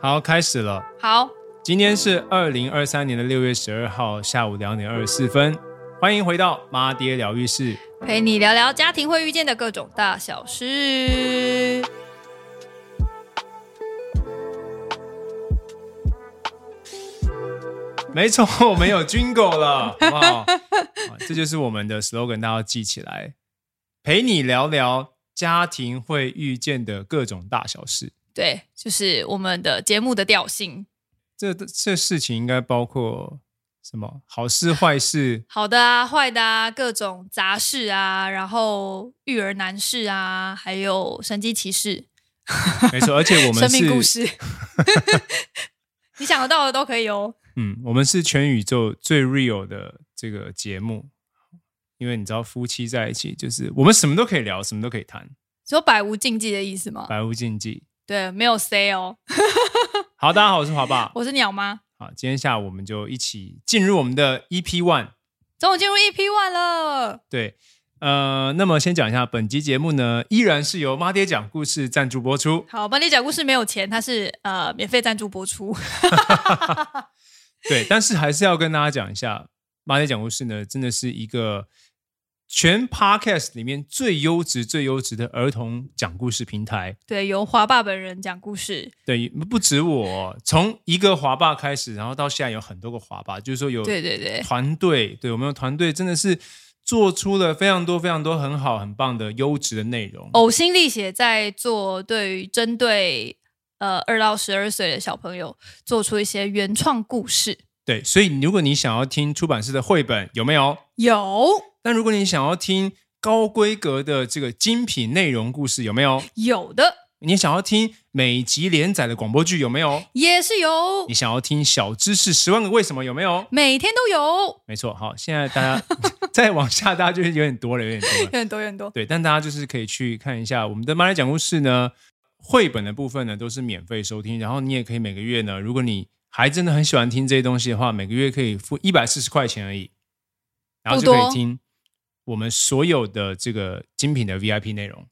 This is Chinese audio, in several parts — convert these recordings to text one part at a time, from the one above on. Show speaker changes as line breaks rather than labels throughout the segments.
好，开始了。
好，
今天是二零二三年的六月十二号下午两点二十四分，欢迎回到妈爹疗愈室。
陪你聊聊家庭会遇见的各种大小事。
没错，我们有军狗 了，好不好？啊这就是我们的 slogan，大家要记起来。陪你聊聊家庭会遇见的各种大小事。
对，就是我们的节目的调性。
这这事情应该包括什么？好事坏事，
好的啊，坏的啊，各种杂事啊，然后育儿难事啊，还有神机骑士、
没错。而且我们
生命故
是，
事，你想得到的都可以哦。
嗯，我们是全宇宙最 real 的这个节目，因为你知道，夫妻在一起就是我们什么都可以聊，什么都可以谈，
说百无禁忌的意思吗？
百无禁忌。
对，没有 say 哦。
好，大家好，我是华 爸。
我是鸟妈，
好，今天下午我们就一起进入我们的 EP One。
终于进入 EP one 了。
对，呃，那么先讲一下本集节目呢，依然是由妈爹讲故事赞助播出。
好，帮你讲故事没有钱，它是呃免费赞助播出。
对，但是还是要跟大家讲一下，妈爹讲故事呢，真的是一个全 podcast 里面最优质、最优质的儿童讲故事平台。
对，由华爸本人讲故事。
对，不止我，从一个华爸开始，然后到现在有很多个华爸，就是说有
对对对，
团队，对我们的团队真的是做出了非常多、非常多很好、很棒的优质的内容。
呕心沥血在做对于针对呃二到十二岁的小朋友做出一些原创故事。
对，所以如果你想要听出版社的绘本，有没有？
有
但如果你想要听高规格的这个精品内容故事，有没有？
有的
你想要听每集连载的广播剧，有没有？
也是有
你，想要听小知识十万个为什么，有没有？
每天都有，
没错，好，现在大家 再往下，大家就有点多了，有点多了。
很多很多。
对，但大家就是可以去看一下我们的《妈来讲故事》呢，绘本的部分呢都是免费收听，然后你也可以每个月呢，如果你还真的很喜欢听这些东西的话，每个月可以付一百四十块钱而已，然后就
不
可
多
以听我们所有的这个精品的 VIP 内容。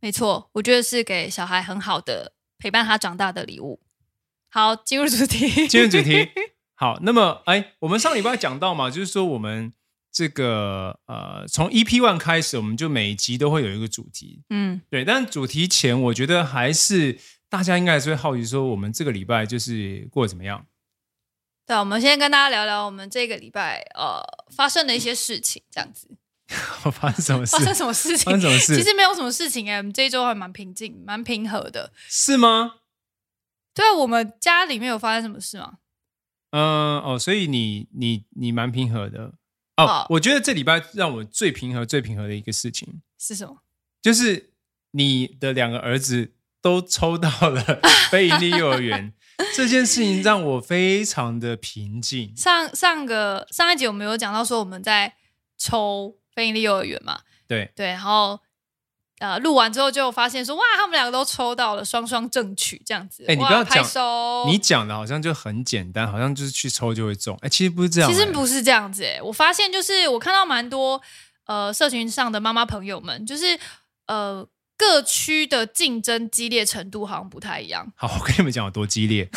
没错，我觉得是给小孩很好的陪伴他长大的礼物。好，进入 主题。
今天主题好，那么哎，我们上礼拜讲到嘛，就是说我们这个呃，从 EP One 开始，我们就每一集都会有一个主题，
嗯，
对，但主题前，我觉得还是大家应该还是会好奇说，我们这个礼拜就是过得怎么样？
对，啊我们先跟大家聊聊我们这个礼拜呃发生的一些事情，这样子。
发生什么事
发？生什么事
发
情
生？什么事？
其实没有什么事情哎、我们这一周还蛮平静、蛮平和的。
是吗？
对啊，我们家里面有发生什么事吗？
嗯、哦，所以你你你蛮平和的哦。
哦
我觉得这礼拜让我最平和、最平和的一个事情，
是什么？
就是你的两个儿子都抽到 了非盈利幼儿园这件事情，让我非常的平静。
上上个上一集我们有讲到说我们在抽非盈利幼儿园嘛，
对，
对，然后呃录完之后就发现说哇，他们两个都抽到了，双双正取这样子。
哎你
哇
不要
拍
讲
手，
你讲的好像就很简单，好像就是去抽就会中。哎，其实不是这样、
其实
哎
不是这样子、欸，我发现就是我看到蛮多呃社群上的妈妈朋友们，就是呃各区的竞争激烈程度好像不太一样。
好，我跟你们讲有多激烈，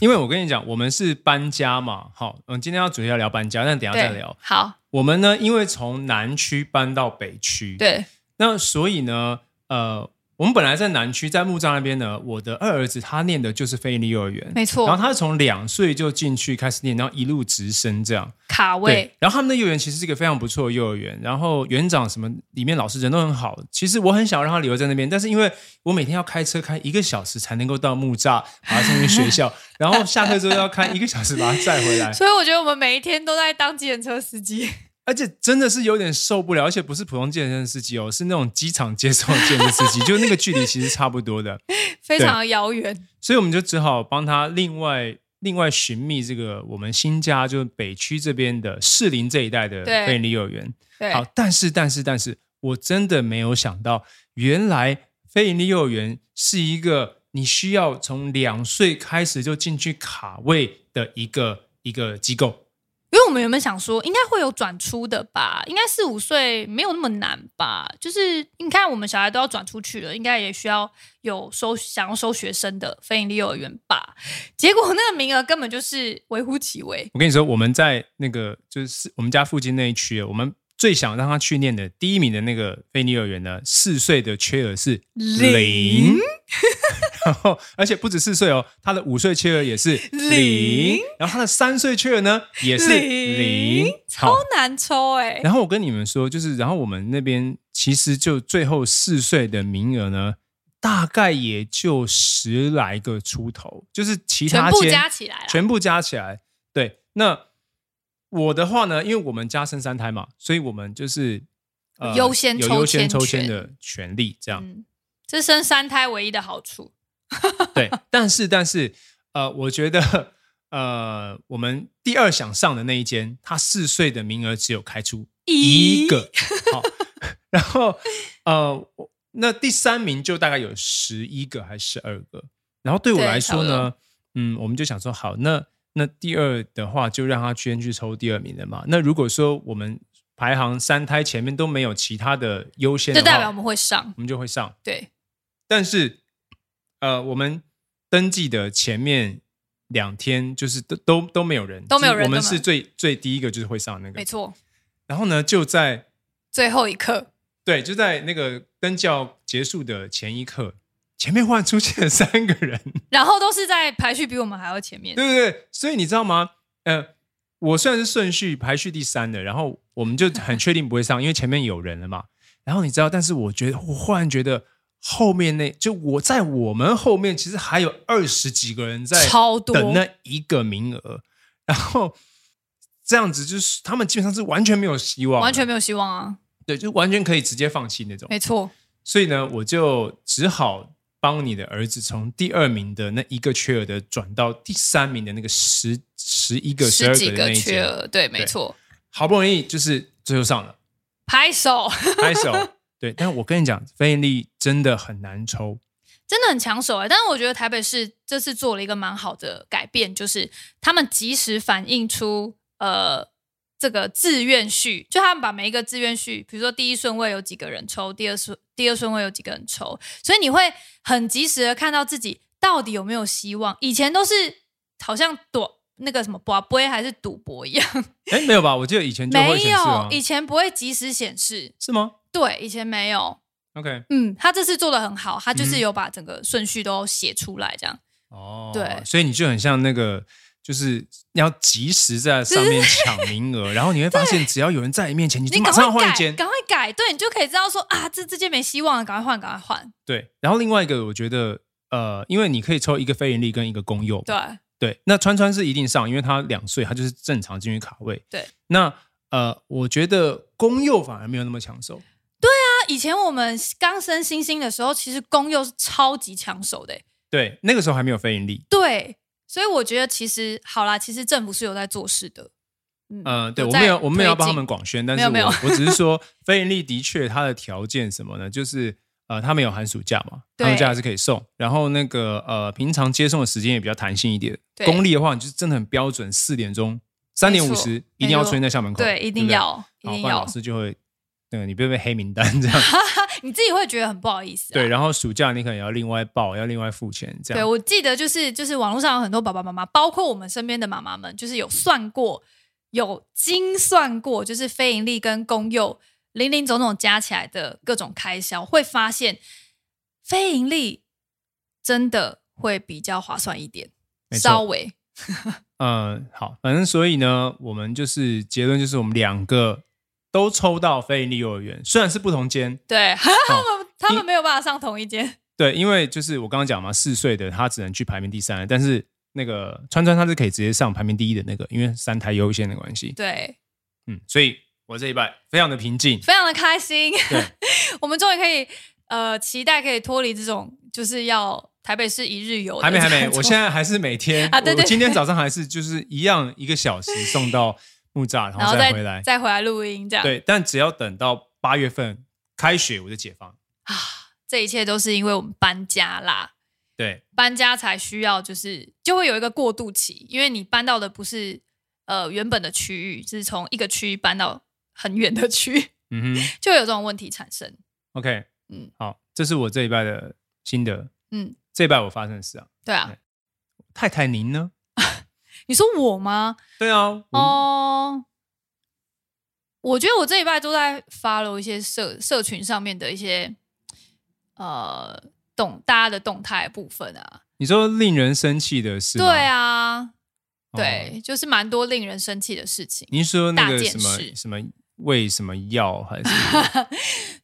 因为我跟你讲，我们是搬家嘛，好，嗯，今天要主要聊搬家，但等一下再聊。
好，
我们呢，因为从南区搬到北区，，
对，
那所以呢，呃，我们本来在南区，在木栅那边呢，我的二儿子他念的就是非营利幼儿园，
没
然后
错，
他是从两岁就进去开始念，然后一路直升这样。
卡
对
位，，
然后他们的幼儿园其实是一个非常不错的幼儿园，然后园长什么里面老师人都很好。其实我很想让他留在那边，但是因为我每天要开车开一个小时才能够到木栅，把他送去学校，然后下课之后要开一个小时把他载回来，
所以我觉得我们每一天都在当计程车司机，
而且真的是有点受不了，而且不是普通健身司机哦，是那种机场接送的健身司机，就那个距离其实差不多的，
非常的遥远。
所以我们就只好帮他另外。另外寻觅这个我们新家就是北区这边的士林这一带的
对
非营利幼儿园，
对，
好，但是但是但是我真的没有想到，原来非盈利幼儿园是一个你需要从两岁开始就进去卡位的一个一个机构。
因为我们原本想说，应该会有转出的吧，应该四五岁没有那么难吧。就是你看，我们小孩都要转出去了，应该也需要有收想要收学生的非营利幼儿园吧。结果那个名额根本就是微乎其微。
我跟你说，我们在那个就是我们家附近那一区，我们最想让他去念的第一名的那个菲尼幼儿园呢，四岁的缺额是零
零，
然后而且不止四岁哦，他的五岁缺额也是零
零，
然后他的三岁缺额呢也是
零
零，
超
好
难抽哎、
然后我跟你们说，就是然后我们那边其实就最后四岁的名额呢，大概也就十来个出头，就是其
全
他
部
间
加起来啊了。
全部加起来。对，那我的话呢，因为我们家生三胎嘛，所以我们就是、呃
优先
有
抽
优先
签
抽签
权
的权利，这样、
嗯，这生三胎唯一的好处。
对。但是但是呃，我觉得呃，我们第二想上的那一间，他四岁的名额只有开出一个，好， 然后呃，我那第三名就大概有十一个还是十二个，然后对我
对
来
差
说
不
呢，嗯，我们就想说好，那那第二的话就让他先去抽第二名的嘛。那如果说我们排行三胎前面都没有其他的优先
就
的
代表
话，
我们会上。
我们就会上。
对，
但是呃，我们登记的前面两天就是都都都没有人，
都没有
就是
人
我们
都没
是
有
最最第一个就是会上那
没
个。
错，
然后呢，就在
最后一刻，
对，就在那个登教结束的前一刻，前面忽然出现了三个 人，
然后都是在排序比我们还要前面。
对不对？所以你知道吗？呃，我虽然是顺序排序第三的，然后我们就很确定不会上，因为前面有人了嘛。然后你知道，但是我觉得，我忽然觉得后面那就我在我们后面，其实还有二十几个人在
超多
等那一个名额，然后这样子就是他们基本上是完全没有希望的，
完全没有希望啊！
对，就完全可以直接放弃那种。
没错，
所以呢，我就只好帮你的儿子从第二名的那一个缺额的转到第三名的那个十十一个、十
十
二
几
个的那
个
一
缺
节，
额，对，没错。
好不容易就是最后上了，
拍手，
拍 手。对，但是我跟你讲，非盈利真的很难抽，
真的很抢手哎、但是我觉得台北市这次做了一个蛮好的改变，就是他们及时反映出呃这个志愿序，就他们把每一个志愿序，比如说第一顺位有几个人抽，第二顺第二顺位有几个人抽，所以你会很及时的看到自己到底有没有希望。以前都是好像躲那个什么博杯还是赌博一样，
哎，没有吧？我记得以前就会
没
显示
有
啊，，
以前不会及时显示，
是吗
对，以前没有。
？OK，
嗯，他这次做的很好，他
嗯
就是有把整个顺序都写出来，这样。
哦，
对
所以你就很像那个。就是要及时在上面抢名 额，然后你会发现，只要有人在你面前，你就
你
马
赶
上
快
换一
改，
间。
赶快改，对你就可以知道说啊，这这件没希望了，赶快换，赶快换。
对，然后另外一个，我觉得，呃，因为你可以抽一个非盈利跟一个公幼嘛，
对，
对，那川川是一定上，因为他两岁，他就是正常进去卡位。
对，
那呃，我觉得公幼反而没有那么抢手，
那以前我们刚升星星的时候，其实公幼是超级抢手的欸，
对，那个时候还没有非盈利。
对，所以我觉得其实好啦，其实政府是有在做事的。嗯
呃，对，我
在
没有，我没有要
推
帮他
进
们广宣，但
没
是
有
我
没有
我只是说，非盈利的确它的条件是什么呢？就是呃，他们有寒暑假嘛，
对
寒暑假还是可以送，然后那个呃，平常接送的时间也比较弹性一点。
对
公立的话，你就是真的很标准，四点钟、三点五
没错
十一定要
没
出
错
现在校门口，
对，一定
不
要，一
好，
定
不然
要
老，师就会，那个你被被黑名单这样。
你自己会觉得很不好意思、啊。
对，然后暑假你可能要另外报，要另外付钱这
对，
样。
我记得就是就是网络上有很多爸爸妈妈，包括我们身边的妈妈们，就是有算过，有精算过，就是非盈利跟公幼零零总总加起来的各种开销，会发现非盈利真的会比较划算一点，
没错
稍微
嗯，好，反正所以呢，我们就是结论就是我们两个都抽到非盈利幼儿园，虽然是不同间，
对，
好
他们没有办法上同一间，
哦对，因为就是我刚刚讲嘛，四岁的他只能去排名第三，但是那个川川他是可以直接上排名第一的那个，因为三台优先的关系。
对，
嗯，所以我这一拜非常的平静。
非常的开心
对，
我们终于可以呃期待可以脱离这种就是要台北市一日游的
还没还
这
没，
种
我现在还是每天
啊对
我
对
我今天早上还是就是一样一个小时送到木栅，然
然
后
后
再
再
回来。
再回来录音这样。
对，但只要等到八月份开学我就解放。
啊，这一切都是因为我们搬家啦，
对
搬家才需要就是就会有一个过渡期，因为你搬到的不是呃原本的区域，就是从一个区域搬到很远的区 域，
嗯哼
就会有这种问题产生。
，OK，嗯
嗯，
好，这是我这一拜的心得。
嗯，
这一拜我发生的事啊，
对啊，
太太您呢？
你说我吗？
对啊，我
哦，我觉得我这礼拜都在 follow 一些社社群上面的一些呃动大家的动态部分啊。
你说令人生气的事，
对，啊，
哦
对，就是蛮多令人生气的事情。
您说那
大
个
件
什么
事
什么喂什么药还是什 么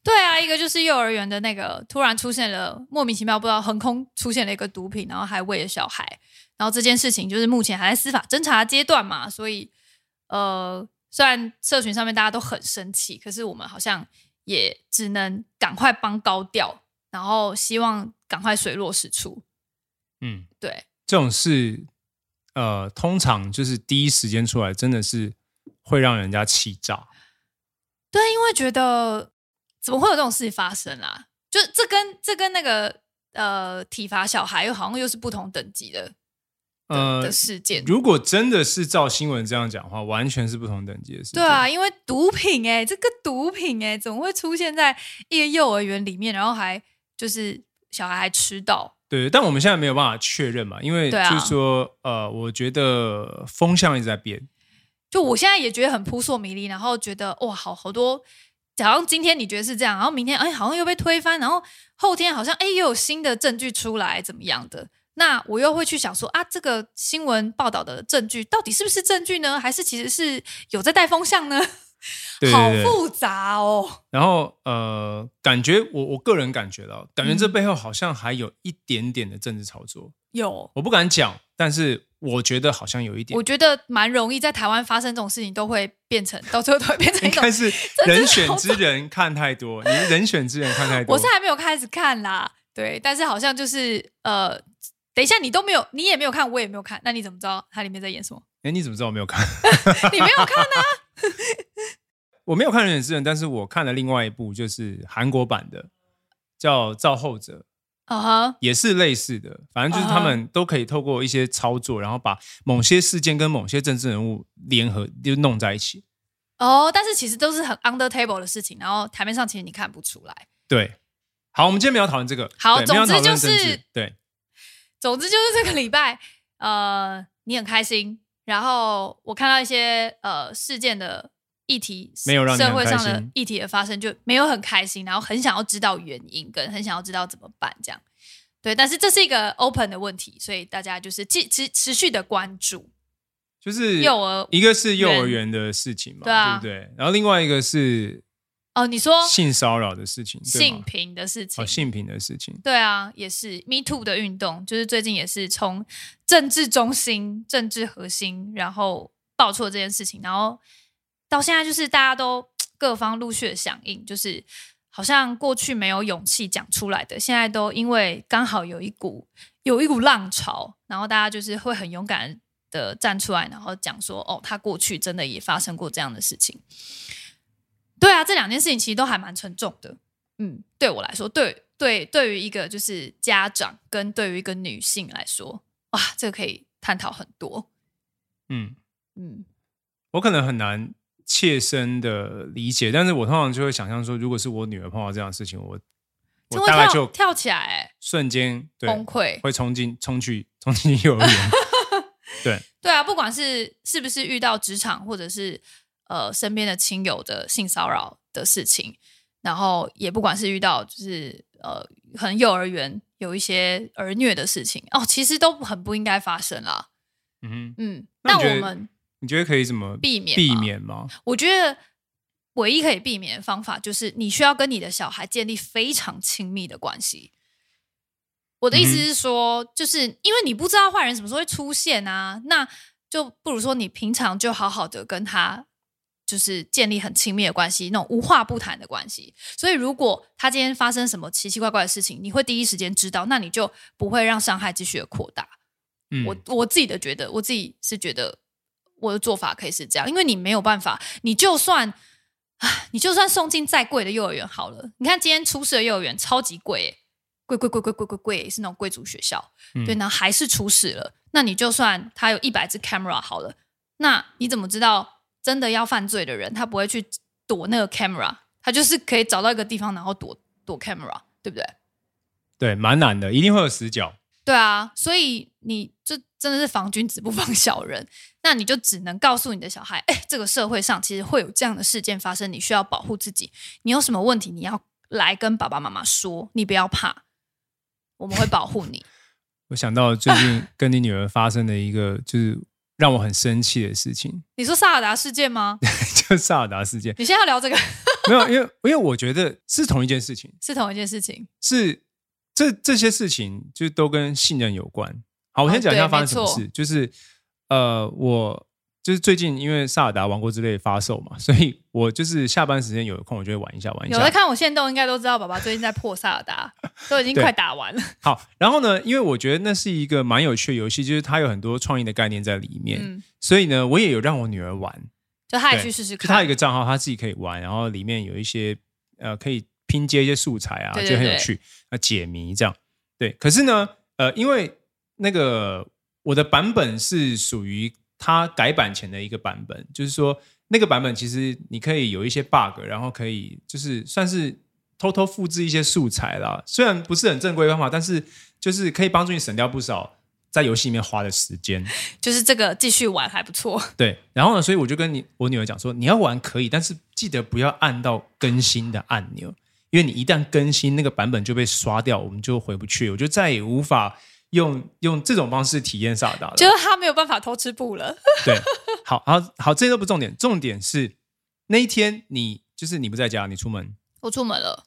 对啊，一个就是幼儿园的那个突然出现了莫名其妙不知道横空出现了一个毒品，然后还喂了小孩，然后这件事情就是目前还在司法侦查阶段嘛，所以呃，虽然社群上面大家都很生气，可是我们好像也只能赶快帮高调，然后希望赶快水落石出。
嗯，
对，
这种事，呃，通常就是第一时间出来，真的是会让人家气炸。
对，因为觉得怎么会有这种事情发生啊？就这跟这跟那个呃体罚小孩又好像又是不同等级的的,、
呃
的，事件。
如果真的是照新闻这样讲的话，完全是不同等级的事情。
对啊，因为毒品哎、这个毒品哎、怎么会出现在一个幼儿园里面，然后还就是小孩还吃到？
对，但我们现在没有办法确认嘛，因为
对啊
就是说，呃，我觉得风向一直在变。
就我现在也觉得很扑朔迷离，然后觉得哇，好好多，好像今天你觉得是这样，然后明天哎好像又被推翻，然后后天好像哎又有新的证据出来，怎么样的？那我又会去想说啊，这个新闻报道的证据到底是不是证据呢？还是其实是有在带风向呢？
对
好
对对
复杂哦。
然后呃，感觉我我个人感觉到，感觉这
嗯
背后好像还有一点点的政治操作。
有，
我不敢讲，但是我觉得好像有一点
我，觉得蛮容易在台湾发生这种事情，都会变成到最后都会变成
应
一种
该。是人选之人看太多，你人选之人看太多。
我是还没有开始看啦，对，但是好像就是呃，等一下你都没有，你也没有看，我也没有看，那你怎么知道它里面在演什么？
哎，你怎么知道我没有看？
你没有看啊？
我没有看人选之人，但是我看了另外一部，就是韩国版的，叫《造后者》。
啊哈，
也是类似的，反正就是他
嗯
们都可以透过一些操作，然后把某些事件跟某些政治人物联合，就弄在一起。
哦，但是其实都是很 under table 的事情，然后台面上其实你看不出来。
对，好，我们今天没有讨论这个，
好
对没有
总之
讨论
就是
政治对，
总之就是这个礼拜，呃，你很开心，然后我看到一些呃事件的议题，
没有让你很
社会上
开
的
心
议题的发生就没有很开心，然后很想要知道原因，跟很想要知道怎么办这样。对，但是这是一个 open 的问题，所以大家就是继持持续的关注
就是
幼儿
一个是幼儿园的事情嘛，
对啊
不对？然后另外一个是
哦、你说
性骚扰的事情，对
性
吗
平的事情，
哦性平的事情，
对啊，也是 Me Too 的运动，就是最近也是从政治中心、政治核心，然后爆出了这件事情，然后到现在就是大家都各方陆续的响应，就是好像过去没有勇气讲出来的，现在都因为刚好有一股有一股浪潮，然后大家就是会很勇敢的站出来，然后讲说哦，他过去真的也发生过这样的事情。对啊，这两件事情其实都还蛮沉重的。嗯，对我来说，对对，对于一个就是家长跟对于一个女性来说，哇，这个可以探讨很多。
嗯，
嗯，
我可能很难切身的理解，但是我通常就会想象说，如果是我女儿碰到这样的事情，我我
真会
大概
跳
就
跳起来、
瞬间对
崩溃。
会冲进冲去冲进幼儿 园。对，
对啊，不管是是不是遇到职场或者是呃身边的亲友的性骚扰的事情，然后也不管是遇到就是呃可能幼儿园有一些儿虐的事情哦，其实都很不应该发生啦。
嗯哼，
嗯，
那
但
你觉
我
得
们
你觉得可以怎么
避免
避
吗
免吗？
我觉得唯一可以避免的方法就是，你需要跟你的小孩建立非常亲密的关系。我的意思是说，就是因为你不知道坏人什么时候会出现啊，那就不如说你平常就好好的跟他，就是建立很亲密的关系，那种无话不谈的关系。所以，如果他今天发生什么奇奇怪怪的事情，你会第一时间知道，那你就不会让伤害继续的扩大。
嗯，
我我自己的觉得，我自己是觉得我的做法可以是这样，因为你没有办法，你就算唉你就算送进再贵的幼儿园好了，你看今天出事的幼儿园超级贵耶、贵贵贵贵贵贵贵，是那种贵族学校，
嗯
对，然后还是出事了。那你就算他有一百只 camera 好了，那你怎么知道真的要犯罪的人他不会去躲那个 camera？他就是可以找到一个地方，然后躲躲 camera，对不对？
对，蛮难的，一定会有死角。
对啊，所以你就真的是防君子不防小人，那你就只能告诉你的小孩，哎，这个社会上其实会有这样的事件发生，你需要保护自己。你有什么问题，你要来跟爸爸妈妈说，你不要怕，我们会保护你。
我想到最 近跟你女儿发生的一个，就是让我很生气的事情，
你说萨尔达事件吗？
就萨尔达事件。
你现在要聊这个
没有，因为因为我觉得是同一件事情，
是同一件事情，
是这这些事情就都跟信任有关。好，我先讲一下
哦对
发生什么
没错
事，就是呃，我就是最近因为《萨尔达王国之泪》发售嘛，所以我就是下班时间有空，我就会玩一下玩一
有在
下。
看我现动应该都知道，爸爸最近在破萨尔达，都已经
对
快打完了。
好，然后呢，因为我觉得那是一个蛮有趣的游戏，就是它有很多创意的概念在里面，
嗯，
所以呢，我也有让我女儿玩，
就他也
对
去试试
就他有
看
一。个账号，他自己可以玩，然后里面有一些呃可以拼接一些素材啊，
对对
就很
对
有趣，啊解谜这样。对，可是呢，呃，因为那个我的版本是属于它改版前的一个版本，就是说那个版本其实你可以有一些 bug，然后可以就是算是偷偷复制一些素材啦，虽然不是很正规的方法，但是就是可以帮助你省掉不少在游戏里面花的时间。
就是这个继续玩还不错，
对，然后呢，所以我就跟你我女儿讲说，你要玩可以，但是记得不要按到更新的按钮，因为你一旦更新，那个版本就被刷掉，我们就回不去，我就再也无法用用这种方式体验萨尔达了。
就是他没有办法偷吃布了。
对，好，好，好，这些都不重点，重点是那一天你就是你不在家，你出门，
我出门了，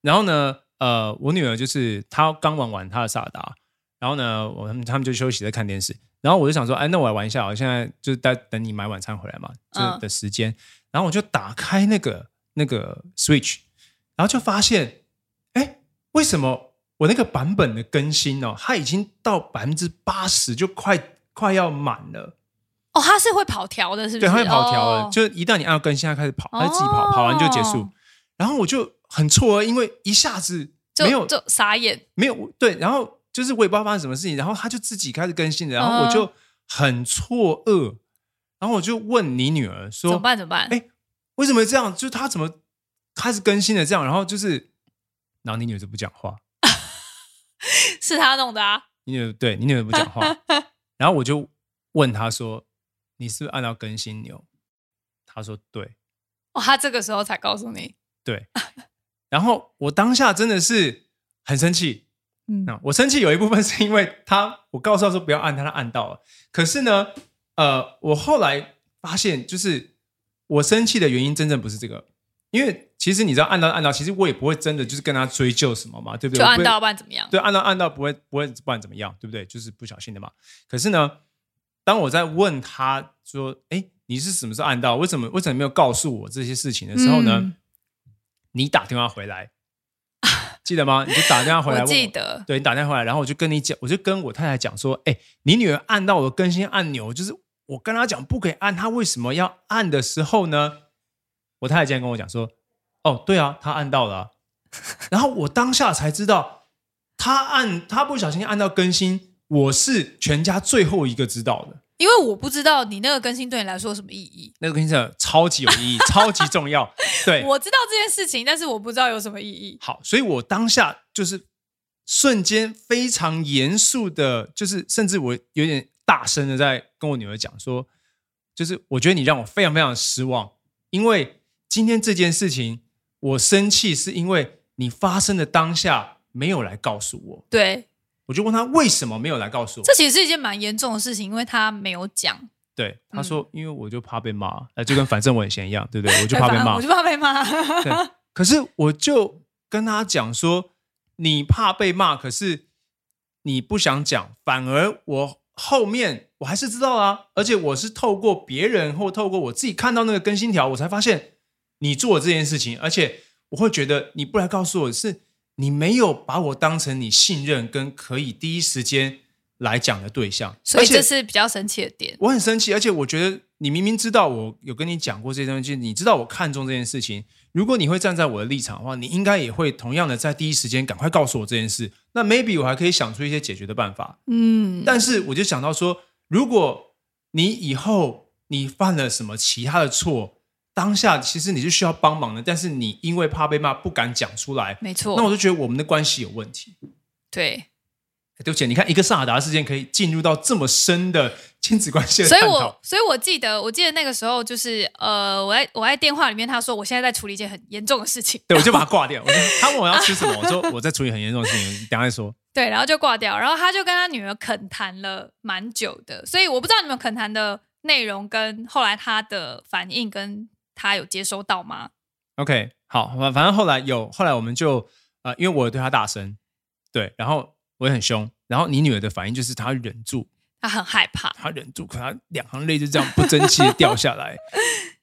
然后呢，呃，我女儿就是她刚玩完她的萨尔达，然后呢，我他们他们就休息在看电视，然后我就想说，哎，那我来玩一下哦，我现在就是在等你买晚餐回来嘛，
嗯
就的时间，然后我就打开那个那个 Switch，然后就发现，哎，为什么我那个版本的更新哦，它已经到百分之八十，就快快要满了。
哦，他是会跑条的，是不是？
对，它会跑条了，
哦
就一旦你按到更新，它开始跑，它自己跑，
哦
跑完就结束。然后我就很错愕，因为一下子
就
没有
就傻眼，
没有对，然后就是我也不知道发生什么事情，然后他就自己开始更新了，然
嗯
后我就很错愕，然后我就问你女儿
怎么
说
办？怎么办？
哎为什么这样？就是他怎么开始更新了这样？然后就是，然后你女儿就不讲话，
是他弄的啊，
你女儿对你女儿不 讲话，然后我就问她说你是不是按照更新钮？她说对
哦，他这个时候才告诉你，
对，然后我当下真的是很生气，
嗯
那我生气有一部分是因为他，我告诉他说不要按他，他按到了。可是呢，呃，我后来发现，就是我生气的原因真正不是这个，因为其实你知道按到按到，其实我也不会真的就是跟他追究什么嘛，对不对？
就
我不
按
会
到不然怎么样？
对，按到按到不会不会，不然怎么样，对不对？就是不小心的嘛。可是呢，当我在问他说：“哎，你是什么时候按到？为什么为什么没有告诉我这些事情的时候呢？”
嗯
你打电话回来，记得吗？你就打电话回来
我
问
记 得，
对你打电话回来，然后我就跟你讲，我就跟我太太讲说，哎、你女儿按到我的更新按钮，就是我跟她讲不可以按，她为什么要按的时候呢？我太太竟然跟我讲说，哦，对啊，她按到了啊、 然后我当下才知道，她按她不小心按到更新，我是全家最后一个知道的。
因为我不知道你那个更新对你来说有什么意义。
那个更新真的超级有意义，超级重要。 对，
我知道这件事情，但是我不知道有什么意义。
好，所以我当下就是瞬间非常严肃的，就是甚至我有点大声的在跟我女儿讲说，就是我觉得你让我非常非常失望，因为今天这件事情我生气是因为你发生的当下没有来告诉我，
对，
我就问她为什么没有来告诉我
这，其实是一件蛮严重的事情，因为他没有讲，
对，
嗯
她说因为我就怕被骂，呃，就跟反正我以前一样，对不对？我就
对
怕被
反
骂
我就，怕被骂。
对，可是我就跟他讲说，你怕被骂，可是你不想讲，反而我后面我还是知道啊，而且我是透过别人或透过我自己看到那个更新条，我才发现你做了这件事情，而且我会觉得你不来告诉我是你没有把我当成你信任跟可以第一时间来讲的对象，
所以
而且
这是比较神奇的点。
我很生气，而且我觉得你明明知道我有跟你讲过这些东西，你知道我看重这件事情。如果你会站在我的立场的话，你应该也会同样的在第一时间赶快告诉我这件事。那 maybe 我还可以想出一些解决的办法。
嗯，
但是我就想到说，如果你以后你犯了什么其他的错，当下其实你是需要帮忙的，但是你因为怕被骂不敢讲出来，
没
那我
错，
就觉得我们的关系有问题。
对，
哎对不起，你看一个萨尔达事件可以进入到这么深的亲子关系的
所
探
以
讨，
我所以我记得，我记得那个时候就是呃，我在我在电话里面他说我现在在处理一件很严重的事情，
对我就把它挂掉。我说他问我要吃什么，我说我在处理很严重的事情，等一下再说。
对，然后就挂掉，然后他就跟他女儿恳谈了蛮久的，所以我不知道你们恳谈的内容跟后来他的反应跟他有接收到吗？
OK，好，反反正后来有，后来我们就呃，因为我有对他大声，对，然后我也很凶，然后你女儿的反应就是她忍住，
他很害怕，
她忍住，可她两行泪就这样不争气的掉下来，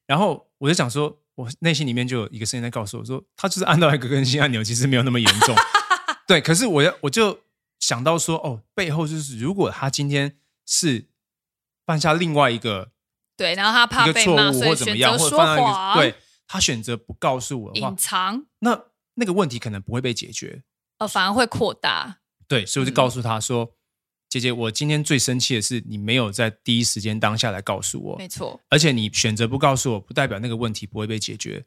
然后我就想说，我内心里面就有一个声音在告诉我说，她就是按到一个更新按钮，其实没有那么严重，对，可是我要我就想到说，哦，背后就是如果她今天是犯下另外一个
对，然后他
一
怕
个
被
错
骂，
误
所
或
以
怎么
选
样，
择
或者
说
犯到一个
谎，啊
对她选择不告诉我的话
隐，藏，
那那个问题可能不会被解决。
呃，反而会扩大，
对，所以我就
嗯
告诉他说：“姐姐，我今天最生气的是你没有在第一时间当下来告诉我
没，错，
而且你选择不告诉我，不代表那个问题不会被解决。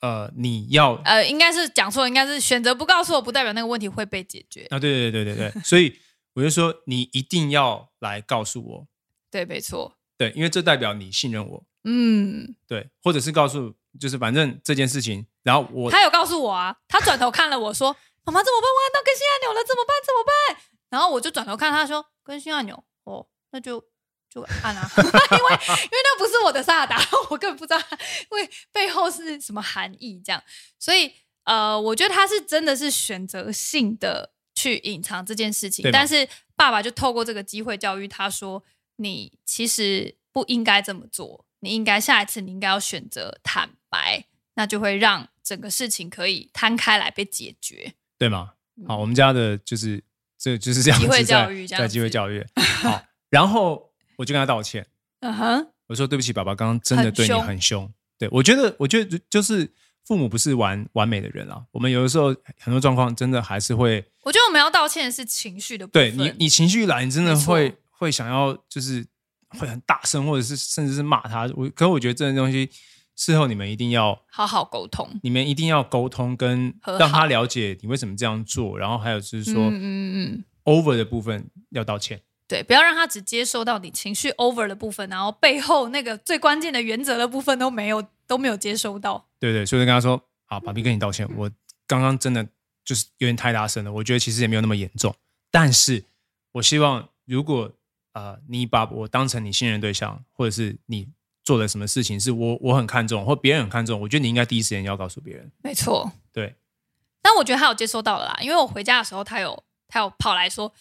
呃，你要
呃，应该是讲错，应该是选择不告诉我，不代表那个问题会被解决，
啊，对对对对对对，所以我就说你一定要来告诉我，
对，没错，
对，因为这代表你信任我，
嗯，
对，或者是告诉就是反正这件事情，然后我
他有告诉我啊，他转头看了我说：“妈妈怎么办？我按到更新按钮了，怎么办？怎么办？”然后我就转头看他说：“更新按钮哦，那就就按啊，因 为因为那不是我的萨达，我根本不知道它为背后是什么含义，这样，所以呃，我觉得他是真的是选择性的去隐藏这件事情
对，嘛
但是爸爸就透过这个机会教育他说：你其实不应该这么做，你应该下一次你应该要选择坦白。”那就会让整个事情可以摊开来被解决。
对吗？
嗯
好，我们家的就是这就是这样子
机
在，
会教育这样
在机会
子
教 育。好，然后我就跟他道歉，
嗯哼，
我说对不起，爸爸刚刚真的
很
对你
凶
很凶。对我觉得，我觉得就是父母不是完完美的人啊，我们有的时候很多状况真的还是会
我觉得我们要道歉的是情绪的部
对
分。
你，你情绪一来，你真的
没错
会会想要就是会很大声，或者是甚至是骂他。我可我觉得这种东西，事后你们一定要
好好沟通。
你们一定要沟通，跟
和
让他
好
了解你为什么这样做，然后还有就是说、
嗯嗯嗯，
over 的部分要道歉。
对，不要让他只接受到你情绪 over 的部分，然后背后那个最关键的原则的部分都没有都没有接收到。
对对，所以我就跟他说：“好，爸比跟你道歉，我刚刚真的就是有点太大声了，我觉得其实也没有那么严重，但是我希望如果呃你把我当成你信任对象，或者是你做了什么事情是我我很看重，或别人很看重，我觉得你应该第一时间要告诉别人。
没错，
对，
但我觉得他有接收到了啦，因为我回家的时候，他有他有跑来说：“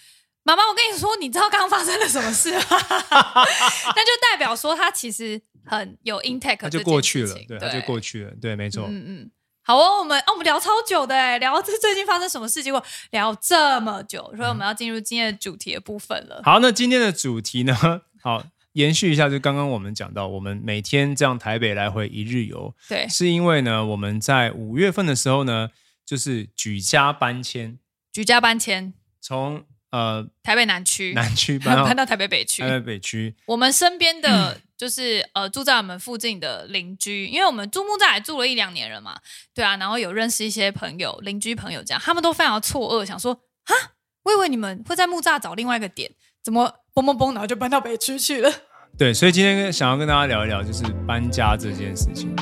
妈妈，我跟你说，你知道刚刚发生了什么事吗？” 那就代表说他其实很有 intake，
嗯他就
这件
过去了
事，情
对，他就过去了，对，没错，
嗯嗯，好哦，我们哦，我们聊超久的哎，聊这最近发生什么事，结果聊这么久，所以我们要进入今天的主题的部分了。
嗯好，那今天的主题呢？ 好，延续一下，就刚刚我们讲到，我们每天这样台北来回一日游，
对
是因为呢，我们在五月份的时候呢，就是举家搬迁，
举家搬迁，
从呃
台北南区
南 区搬到
搬到台北北区，
台北北区，
我们身边的就是呃住在我们附近的邻居，因为我们住木栅也住了一两年了嘛，对啊，然后有认识一些朋友、邻居朋友这样，他们都非常错愕，想说啊，我以为你们会在木栅找另外一个点，怎么嘣嘣嘣，然后就搬到北区去了。
对，所以今天跟想要跟大家聊一聊，就是搬家这件事情。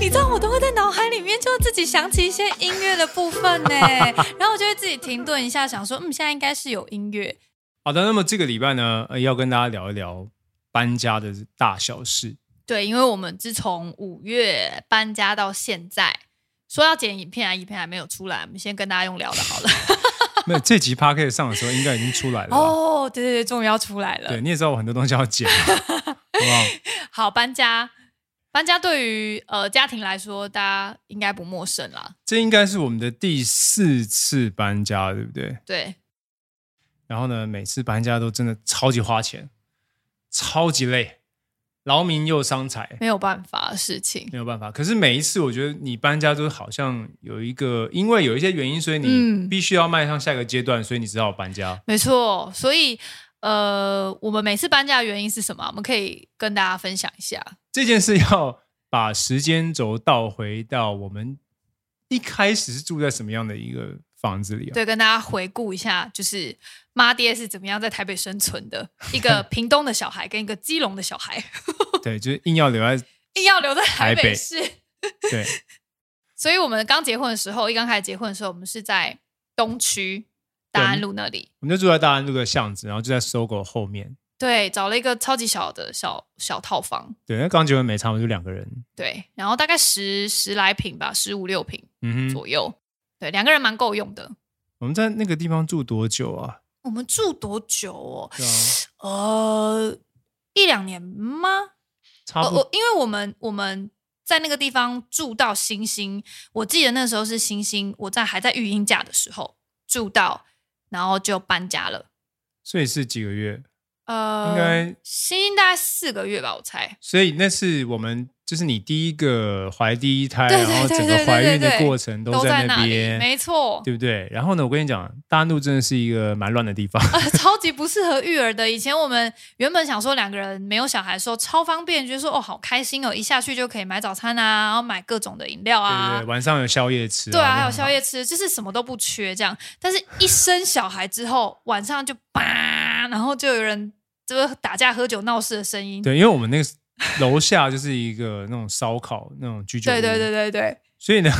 你知道我都会在脑海里面就自己想起一些音乐的部分呢， 然后我就会自己停顿一下，想说，嗯，现在应该是有音乐，
好的，那么这个礼拜呢，呃，要跟大家聊一聊搬家的大小事。
对，因为我们自从五月搬家到现在，说要剪影片啊，影片还没有出来，我们先跟大家用聊的好了。
那这集 p a r k 上的时候，应该已经出来了吧。
哦，对对对，终于要出来
啊对，
了。
你也知道我很多东西要剪嘛，好不 好？
好，搬家，搬家对于呃家庭来说，大家应该不陌生啦。
这应该是我们的第四次搬家，对不对？
对，
然后呢，每次搬家都真的超级花钱，超级累，劳民又伤财，
没有办法的事情。
没有办法。可是每一次，我觉得你搬家都好像有一个，因为有一些原因，所以你
嗯
必须要迈向下一个阶段，所以你只好搬家。
没错，所以呃，我们每次搬家的原因是什么？我们可以跟大家分享一下。
这件事要把时间轴倒回到我们一开始是住在什么样的一个房子里啊？
对，跟大家回顾一下，就是妈爹是怎么样在台北生存的，一个 屏东的小孩跟一个基隆的小孩，
对，就是硬要留在
硬要留在台
台北
北市。
对
所以我们刚结婚的时候，一刚开始结婚的时候，我们是在东区大安路那里，
我们就住在大安路的巷子，然后就在搜狗后面。
对，找了一个超级小的小小套房，
对，那刚结婚没差，我们就两个人。
对，然后大概十十来平吧，十五六平
嗯哼，
左右，对，两个人蛮够用的。
我们在那个地方住多久啊？
我们住多久哦？
对啊
呃，一两年吗？
差
我
不多
哦我因为我们我们在那个地方住到星星，我记得那时候是星星，我在还在育婴假的时候住到，然后就搬家了。
所以是几个月。
呃，
应该
星星大概四个月吧，我猜。
所以那是我们就是你第一个怀第一胎，
对对
然后整
对
个
对
怀孕的
对对
过程
都
在
那里，
边，
没错，
对不对？然后呢，我跟你讲，大安路真的是一个蛮乱的地方。
呃， 超级不适合育儿的。以前我们原本想说两个人没有小孩的时候超方便，觉得说哦好开心哦，一下去就可以买早餐啊，然后买各种的饮料
对
啊，
对，晚上有宵夜吃、
对啊，还有宵。夜吃，就是什么都不缺这样。但是，一生小孩之后，晚上就吧，然后就有人就是打架、喝酒、闹事的声音。
对，因为我们那个楼下就是一个那种烧烤那种居酒屋，
对对对对对，
所以呢，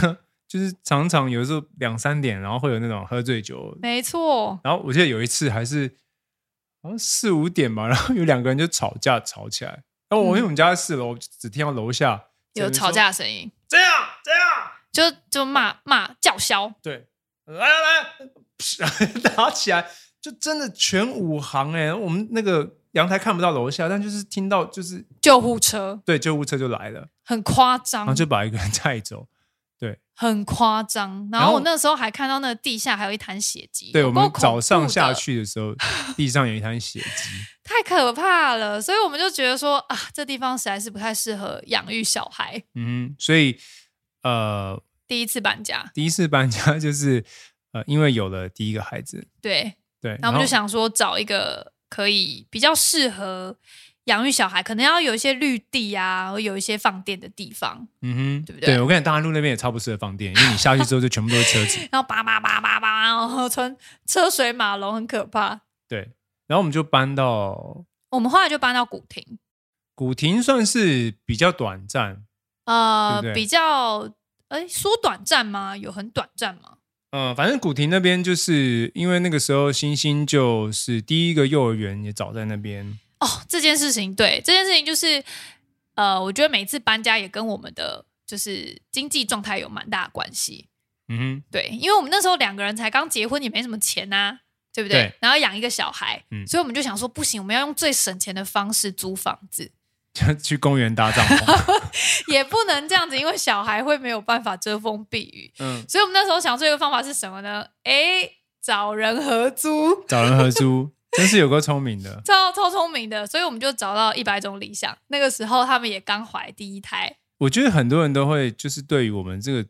就是常常有的时候两三点，然后会有那种喝醉酒，
没错，
然后我记得有一次还是好像四五点吧，然后有两个人就吵架吵起来。然后我因为我们家在四楼，我就只听到楼下
嗯有吵，架的声音，
这样这样，
就就骂骂叫嚣。
对，来来来， 打起来，就真的全五行哎、我们那个阳台看不到楼下，但就是听到就是
救护车
对救护车就来了，
很夸
然
张
后，就把一个人 带走。
很夸张。
然
然
后
后我那时候还看到那个地下还有一滩血迹，
对
有
我们
够恐
早上
怖
下
的
去的时候，地上有一滩血迹，
太可怕了，所以我们就觉得说啊，这地方实在是不太适合养育小孩。
嗯哼，所以呃，
第一次搬家，
第一次搬家就是呃，因为有了第一个孩子，
对，
对，
然后我们就想说找一个可以比较适合养育小孩，可能要有一些绿地啊，或有一些放电的地方，
嗯哼，
对不对
我跟你讲，大安路那边也超不适合放电，因为你下去之后就全部都是车子，
然后叭叭叭叭叭，然后穿车水马龙，很可怕。
对，然后我们就搬到
我们后来就搬到古亭，
古亭，算是比较短暂，
呃，
对不对
比较哎说短暂吗？有很短暂吗？
嗯、反正古亭那边就是因为那个时候星星就是第一个幼儿园也早在那边，
哦，这件事情，对这件事情就是，呃，我觉得每次搬家也跟我们的就是经济状态有蛮大的关系。
嗯
对，因为我们那时候两个人才刚结婚，也没什么钱呐、对不对？
对
然后养一个小孩，
嗯
所以我们就想说，不行，我们要用最省钱的方式租房子，
哼， 就去公园搭帐 篷，
也不能这样子，因为小孩会没有办法遮风避雨。
嗯，
所以我们那时候想出一个方法是什么呢？哎，找人合租，
找人合租，真是有够聪明的，
超超聪明的。所以我们就找到一百种理想。那个时候他们也刚怀第一胎，
我觉得很多人都会就是对于我们这个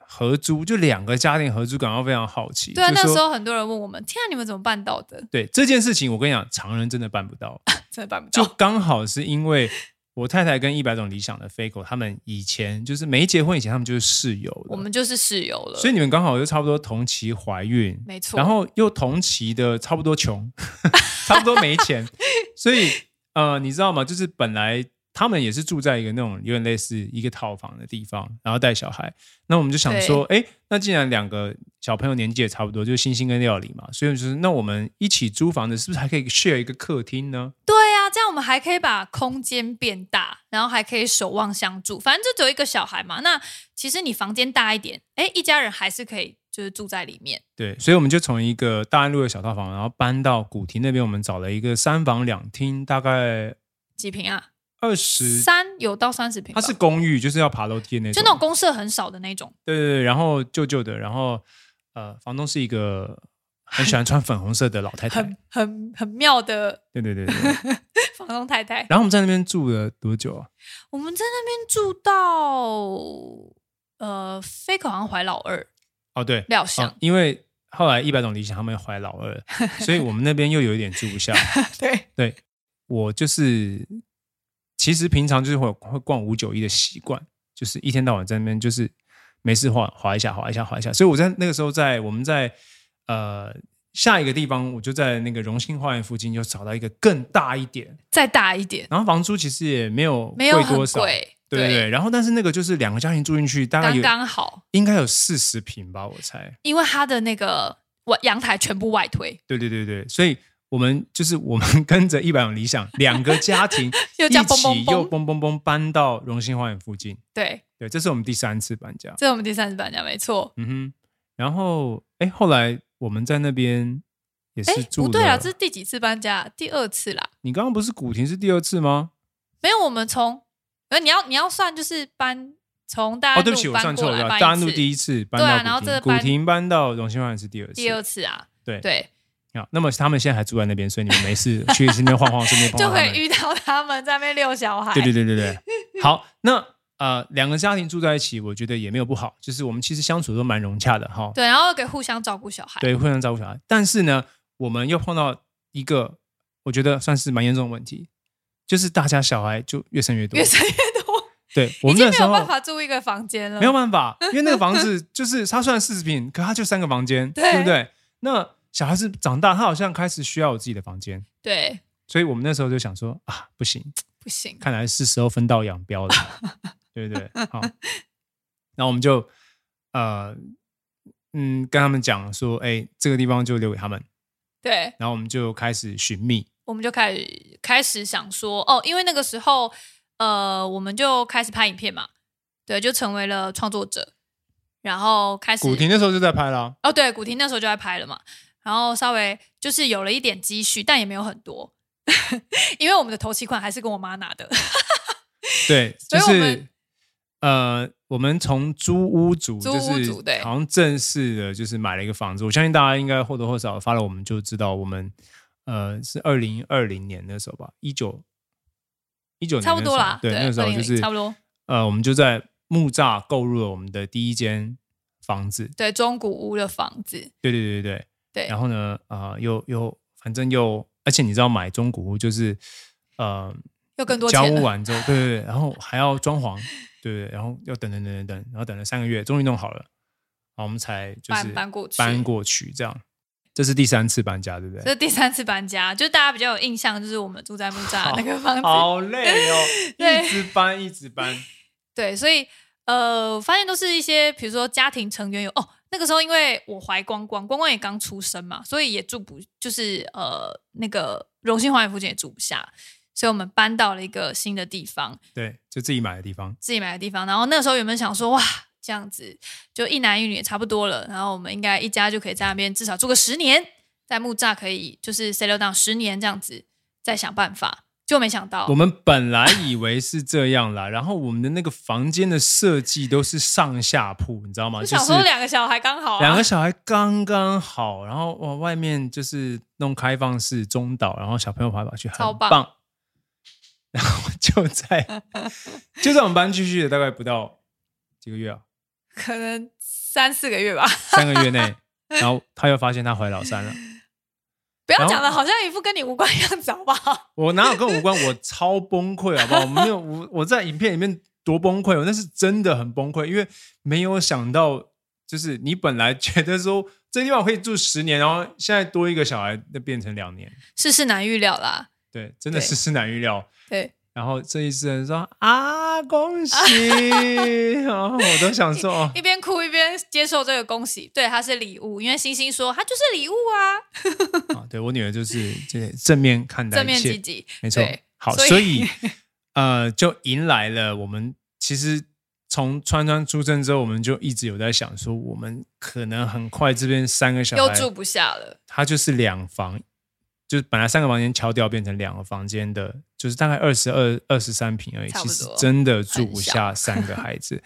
合租，就两个家庭合租感到非常好奇。
对啊，
就
那
说
时候很多人问我们，天啊，你们怎么办到的？
对这件事情，我跟你讲，常人真的办不 到。
真的办不
就
到。
刚好是因为我太太跟一百种理想的飞狗，他们以前就是没结婚以前，他们就是室友了
我们就是室友了，
所以你们刚好就差不多同期怀孕，
没错。
然后又同期的差不多穷， 差不多没钱， 所以呃，你知道吗？就是本来他们也是住在一个那种有点类似一个套房的地方，然后带小孩。那我们就想说，哎，那既然两个小朋友年纪也差不多，就是星星跟料理嘛，所以就是那我们一起租房子，是不是还可以 share 一个客厅呢？
对呀、这样我们还可以把空间变大，然后还可以守望相助。反正就只有一个小孩嘛，那其实你房间大一点，哎，一家人还是可以就是住在里面。
对，所以我们就从一个大安路的小套房，然后搬到古亭那边，我们找了一个三房两厅，大概
几平啊？
二十，
三有到三十平吧，
它是公寓，就是要爬楼梯的那种，
就那种公社很少的那种。
对对对，然后旧旧的，然后呃，房东是一个很喜欢穿粉红色的老太太。
很很很妙的
对对对对。对
房东太太。
然后我们在那边住了多久啊？
我们在那边住到呃，飞口好像怀老二
哦，对，
料想
哦，因为后来一百种理想他们怀老二，所以我们那边又有一点住不下。
对，
对我就是，其实平常就是会有会逛五九一的习惯，就是一天到晚在那边就是没事滑滑一下，滑一下，滑一下。所以我在那个时候在我们在呃下一个地方，我就在那个荣兴花园附近就找到一个更大一点，
再大一点，
然后房租其实也没有
没有
贵
很
多少，
贵，
对对对。然后但是那个就是两个家庭住进去，大概
刚
有
刚好，
应该有四十平吧，我猜。
因为它的那个外阳台全部外推，
对对对对，所以我们就是我们 跟着一百种理想两个家庭
又
一
这样蹦蹦
起
蹦
又蹦蹦蹦搬到荣兴花园附近。
对，
对，这是我们第三次搬家。
这是我们第三十版讲没错。
嗯哼，然后哎，后来我们在那边也
哎
是，住
不对
了
啊，这是第几次搬家？第二次啦，
你刚刚不是古亭是第二次吗？
没有，我们从呃，你要你要算就是搬从大
哦，
安
对不起，
路
我算
搬
错
过
了
来，
对吧
搬
大安路
一
第
次，
一次搬
对啊
到
然后
古亭，
这个
古
搬
亭搬到荣兴花园是第二次。
第二次啊，
对
对，
好，那么他们现在还住在那边，所以你们没事去那边晃晃，顺 便碰
就
到他
可
们
以。遇到他们在那边遛小孩，
对对对对对， 好，那呃，两个家庭住在一起，我觉得也没有不好，就是我们其实相处都蛮融洽的哈。
对，然后给互相照顾小孩，
对，互相照顾小孩。但是呢，我们又碰到一个我觉得算是蛮严重的问题，就是大家小孩就越生越多
越。生越多，
对，我
已
们
经
那
没
时
有
候
办法住一个房间了，
没有办法，因为那个 房子就是它虽然四十平，可它就三个房间，
对
不对？那小孩子长大，他好像开始需要有自己的房间，
对，
所以我们那时候就想说啊，不行，
不行，
看来是时候分道扬镳了，对不对？好，那我们就呃嗯跟他们讲说，哎，这个地方就留给他们，
对，
然后我们就开始寻觅，
我们就开始开始想说，哦，因为那个时候，呃，我们就开始拍影片嘛，对，就成为了创作者，然后开始
古亭那时候就在拍啦，
哦，对，古亭那时候就在拍了嘛，然后稍微就是有了一点积蓄，但也没有很多， 因为我们的头期款还是跟我妈拿的，
对，就
所以
是
我们
呃，我们从租屋族
租
就
屋
是
族对
好像正式的，就是买了一个房子。我相信大家应该或多或少发了，我们就知道我们呃是二零二零年那时候吧，一九一九
差不多啦，
对，那个时候
2020
就是
差不多，
呃，我们就在木栅购入了我们的第一间房子，
对，中古屋的房子，
对对对对
对
然后呢，啊、又又反正又，而且你知道买中古屋就是，呃，
又更多
交
钱
屋
了，
完之后，对对对，然后还要装潢，对对对，然后又等等等等等，然后等了三个月，终于弄好了，然后我们才就是
搬搬过去
搬过去这样，这是第三次搬家，对不
这
对？
是第三次搬家，就大家比较有印象，就是我们住在木栅那个房子，
好累哦，
对
一直搬一直搬，
对，所以呃，我发现都是一些比如说家庭成员有哦，那个时候因为我怀光光，光光也刚出生嘛，所以也住不就是呃那个荣兴花园附近也住不下，所以我们搬到了一个新的地方，
对，就自己买的地方，
自己买的地方。然后那个时候原本想说哇。这样子就一男一女也差不多了，然后我们应该一家就可以在那边至少住个十年，在木栅可以就是 settle down 十年这样子，再想办法。就没想到
我们本来以为是这样啦，然后我们的那个房间的设计都是上下铺，你知道吗？
就
就
想
是
说两个小孩刚好、啊，
两个小孩刚刚好，然后哇，外面就是弄开放式中岛，然后小朋友跑来跑去，
超
很
棒
棒。然后就 在就在我们班继续了大概不到几个月啊，
可能三四个月吧。
三个月内，然后他又发现他怀老三了。
不
然
要
后
讲的好像一副跟你无关的样子，好不好？
我哪有跟我无关？我超崩溃，好不好？我没有，我我在影片里面多崩溃，我那是真的很崩溃，因为没有想到，就是你本来觉得说这地方我可以住十年，然后现在多一个小孩，那变成两年，
世事难预料啦，
对，真的
对
世事难预料。
对，
然后这一次人说啊， 恭喜！然后我都想说，哦
一边哭一边接受这个恭喜，对，它是礼物，因为星星说它就是礼物啊，
啊，对我女儿就是就是正面看待
正面
一切
积，极，
没错
对。
好，
所以
所 以呃，就迎来了我们其实从川川出生之后，我们就一直有在想说，我们可能很快这边三个小
又
孩，
住不下了，
他就是两房，就是本来三个房间敲掉变成两个房间的，就是大概二十二、二十三平而已，
差
其
不多，
实真的住不下三个孩子。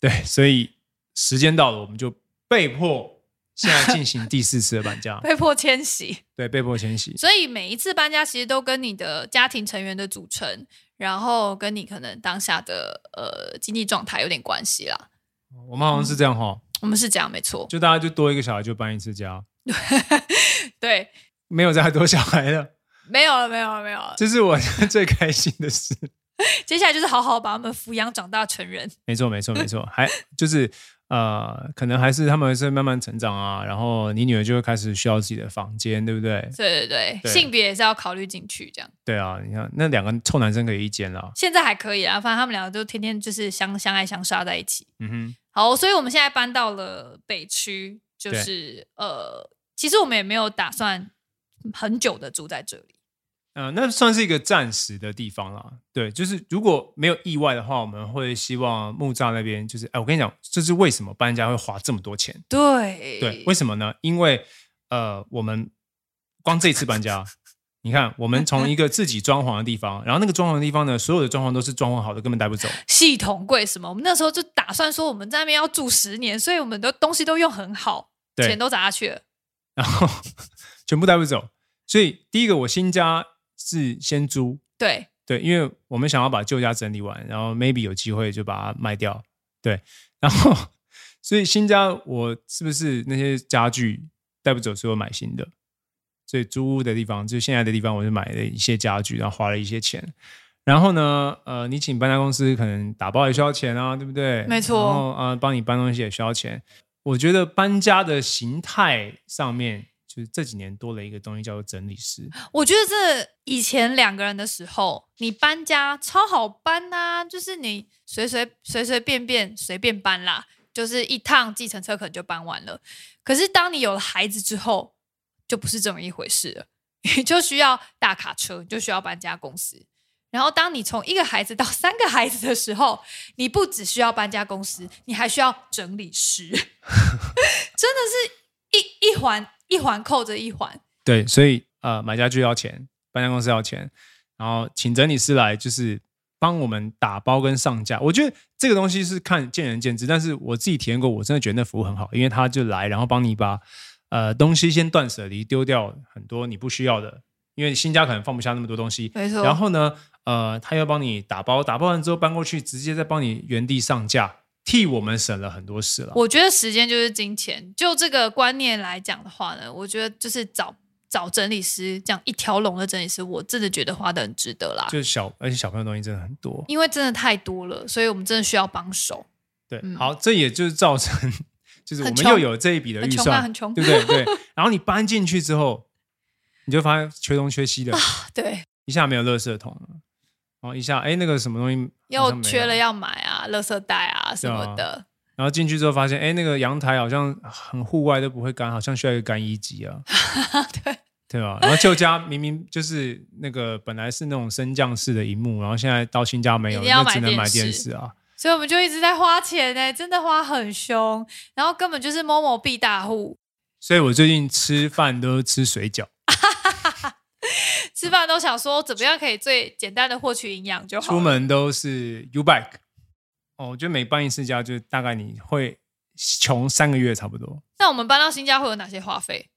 对，所以时间到了，我们就被迫现在进行第四次的搬家
被迫迁徙。
对，被迫迁徙。
所以每一次搬家其实都跟你的家庭成员的组成，然后跟你可能当下的呃经济状态有点关系啦。
我们好像是这样哈，
我们是这样，没错。
就大家就多一个小孩就搬一次家，
对，
没有再多小孩了，
没有了，没有了，没有了。
这是我 最开心的事。
接下来就是好好把他们抚养长大成人。
没错，没错，没错，还就是呃，可能还是他们是慢慢成长啊，然后你女儿就会开始需要自己的房间，对不对？
对对对，
对
性别也是要考虑进去。这样
对啊，你看那两个臭男生可以一间啦，
现在还可以啊，反正他们两个就天天就是相相爱相杀在一起。
嗯哼，
好，所以我们现在搬到了北区，就
对
是呃，其实我们也没有打算很久的住在这里。
嗯、那算是一个暂时的地方啦。对，就是如果没有意外的话，我们会希望木栅那边就是，哎、我跟你讲，这是为什么搬家会花这么多钱？
对
对，为什么呢？因为呃，我们光这一次搬家。你看，我们从一个自己装潢的地方，然后那个装潢的地方呢，所有的装潢都是装潢好的，根本带不走。
系统柜什么，我们那时候就打算说我们在那边要住十年，所以我们的东西都用很好，
对
钱都砸下去了。
然后 全部带不走。所以第一个，我新家是先租，
对，
对，因为我们想要把旧家整理完，然后 maybe 有机会就把它卖掉，对。然后，所以新家我是不是那些家具带不走，所以我买新的。所以租屋的地方，就现在的地方，我就买了一些家具，然后花了一些钱。然后呢，呃，你请搬家公司可能打包也需要钱啊，对不对？
没错
然后啊、呃帮你搬东西也需要钱。我觉得搬家的形态上面，就是这几年多了一个东西叫做整理师。
我觉得这以前两个人的时候，你搬家超好搬呐、就是你随随随随便便随便搬啦，就是一趟计程车可能就搬完了。可是当你有了孩子之后，就不是这么一回事了， 你就需要大卡车，你就需要搬家公司。然后当你从一个孩子到三个孩子的时候，你不只需要搬家公司，你还需要整理师， 真的是一一环一环扣着一环。
对，所以呃，买家具要钱，搬家公司要钱，然后请整理师来就是帮我们打包跟上架。我觉得这个东西是看见仁见智，但是我自己体验过，我真的觉得那服务很好，因为他就来，然后帮你把呃东西先断舍离，丢掉很多你不需要的，因为新家可能放不下那么多东西。
没错
然后呢，呃，他又帮你打包，打包完之后搬过去，直接再帮你原地上架，替我们省了很多事了。
我觉得时间就是金钱，就这个观念来讲的话呢，我觉得就是找找整理师这样一条龙的整理师，我真的觉得花的很值得啦，
就是小，而且小朋友的东西真的很多。
因为真的太多了，所以我们真的需要帮手。
对，
嗯
好，这也就是造成，就是我
很
们
穷
又有这一笔的
很
预
穷啊，
算
很，穷，
对不对？对。然后你搬进去之后，你就发现缺东缺西
啊
的，
对，
一下没有垃圾桶了，然后一下哎那个什么东西好像
又
没
缺了要买啊，垃圾袋啊什么的，
然后进去之后发现哎那个阳台好像很户外都不会干，好像需要一个干衣机啊，
对，
对吧？然后旧家明明就是那个本来是那种升降式的荧幕，然后现在到新家没有，
一定要
那只
买
能买
电
电视
视
啊。
所以我们就一直在花钱呢、欸真的花很凶，然后根本就是某某必大户，
所以我最近吃饭都吃水饺。
吃饭都想说怎么样可以最简单的获取营养就好了，
出门都是 U bike。哦，我觉得每搬一次家，就大概你会穷三个月差不多。
那我们搬到新家会有哪些花费？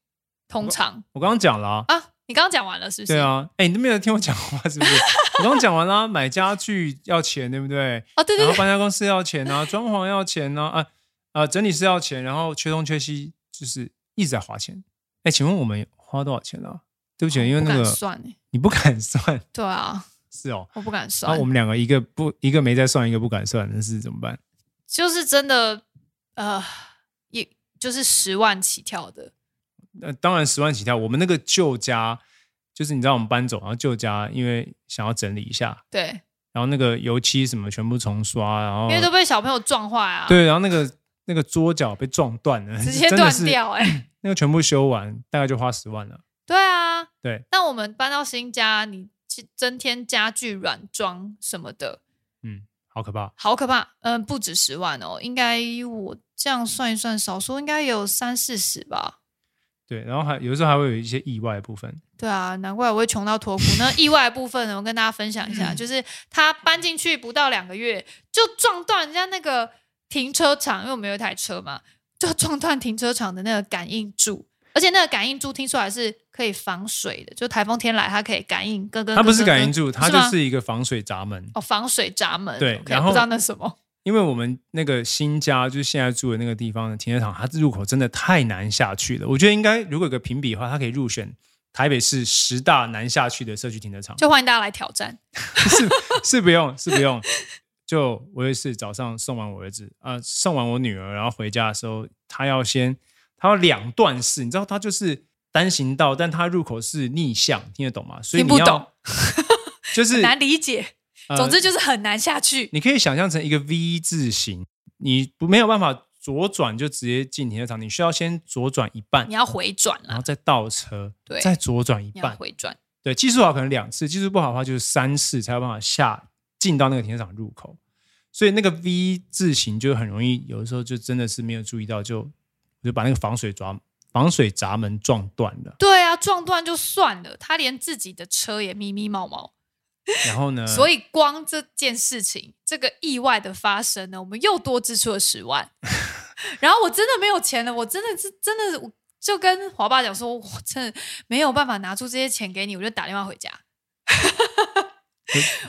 通常
我刚刚讲了、啊，
啊，你刚刚讲完了是不是？
对。啊，哎，你都没有听我讲话是不 是？我刚刚讲完啦、买家具要钱，对不 对？
哦，对对
然后
对，
搬家公司要钱啊，装潢要钱啊，啊啊，整理师要钱，然后缺东缺西，就是一直在花钱。哎，请问我们花多少钱啊？对不起，因为那
哦不敢
个
算欸
你不敢算，
对啊，
是哦。
我不敢
然
算，
后我们两个一个不一个没在算，一个不敢算，那是怎么办？
就是真的，呃，也就是十万起跳的，
呃，当然十万起跳。我们那个旧家，就是你知道我们搬走，然后旧家因为想要整理一下，
对，
然后那个油漆什么全部重刷，然后
因为都被小朋友撞坏啊，，
哦对，然后那个那个桌角被撞断了，
直接
真
断
的是
掉、 哎，
那个全部修完大概就花十万了。
对啊，
对。
但我们搬到新家，你去增添家具、软装什么的，
嗯，好可怕。
好可怕，嗯，不止十万哦，应该我这样算一算，少说应该也有三四十吧，
对，然后还有时候还会有一些意外的部分。
对啊，难怪我会穷到脱裤。那意外的部分呢，我跟大家分享一
嗯
下，就是他搬进去不到两个月，就撞到人家那个停车场，因为我们有一台车嘛，就撞断停车场的那个感应柱，而且那个感应柱听说还是可以防水的，就台风天来它可以感应咯咯咯咯咯。
它不是感应柱，它就
嗯吗
是一个防水闸门。
哦防水闸门。
对
OK，
然后
不知道那是什么。
因为我们那个新家就是现在住的那个地方的停车场，它入口真的太难下去了。我觉得应该如果有个评比的话，它可以入选台北市十大难下去的社区停车场。
就欢迎大家来挑战。
是是不用是不用。就我也是早上送完我儿子啊、呃送完我女儿，然后回家的时候，他要先他要两段式，你知道他就是单行道，但他入口是逆向，听得懂吗？所以
听
你
不
要
懂，
就是
难理解，
呃
总之就是很难下去。
你可以想象成一个 V 字形，你不没有办法左转就直接进停车场，你需要先左转一半
你，要回转
然
啦
后，再倒车，
对
再左转一
你要
半。
回转。
对，技术好可能两次，技术不好的话就是三次才有办法下进到那个停车场入口。所以那个 V 字形就很容易，有的时候就真的是没有注意到，就就把那个防水闸防水闸门撞断了。
对啊，撞断就算了，他连自己的车也咪咪毛毛，
然后呢，
所以光这件事情，这个意外的发生呢，我们又多支出了十万。 然后我真的没有钱了，我真的是真的，我就跟华爸讲说，我真的没有办法拿出这些钱给你，我就打电话回家。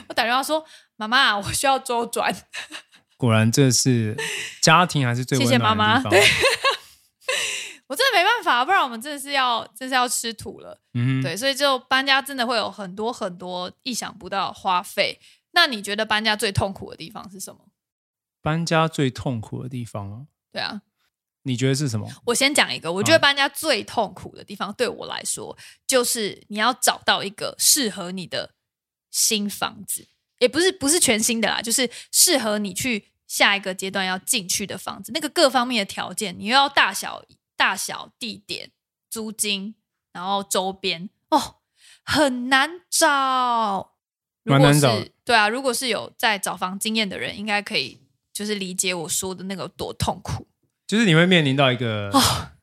我打电话说：“妈妈，我需要周转。
果然这是家庭还是最温
谢谢妈
暖的地
妈
方。
对我真的没办法，不然我们真的是要，真是要吃土了。
嗯哼，
对，所以就搬家真的会有很多很多意想不到的花费。那你觉得搬家最痛苦的地方是什么？
搬家最痛苦的地方啊，
对啊，
你觉得是什么？
我先讲一个，我觉得搬家最痛苦的地方，对我来说，就是你要找到一个适合你的新房子，也不是不是全新的啦，就是适合你去下一个阶段要进去的房子，那个各方面的条件，你又要大小、大小、地点、租金，然后周边，哦，很难找。如
蛮
果
难找
是对啊，如果是有在找房经验的人，应该可以就是理解我说的那个有多痛苦。
就是你会面临到一个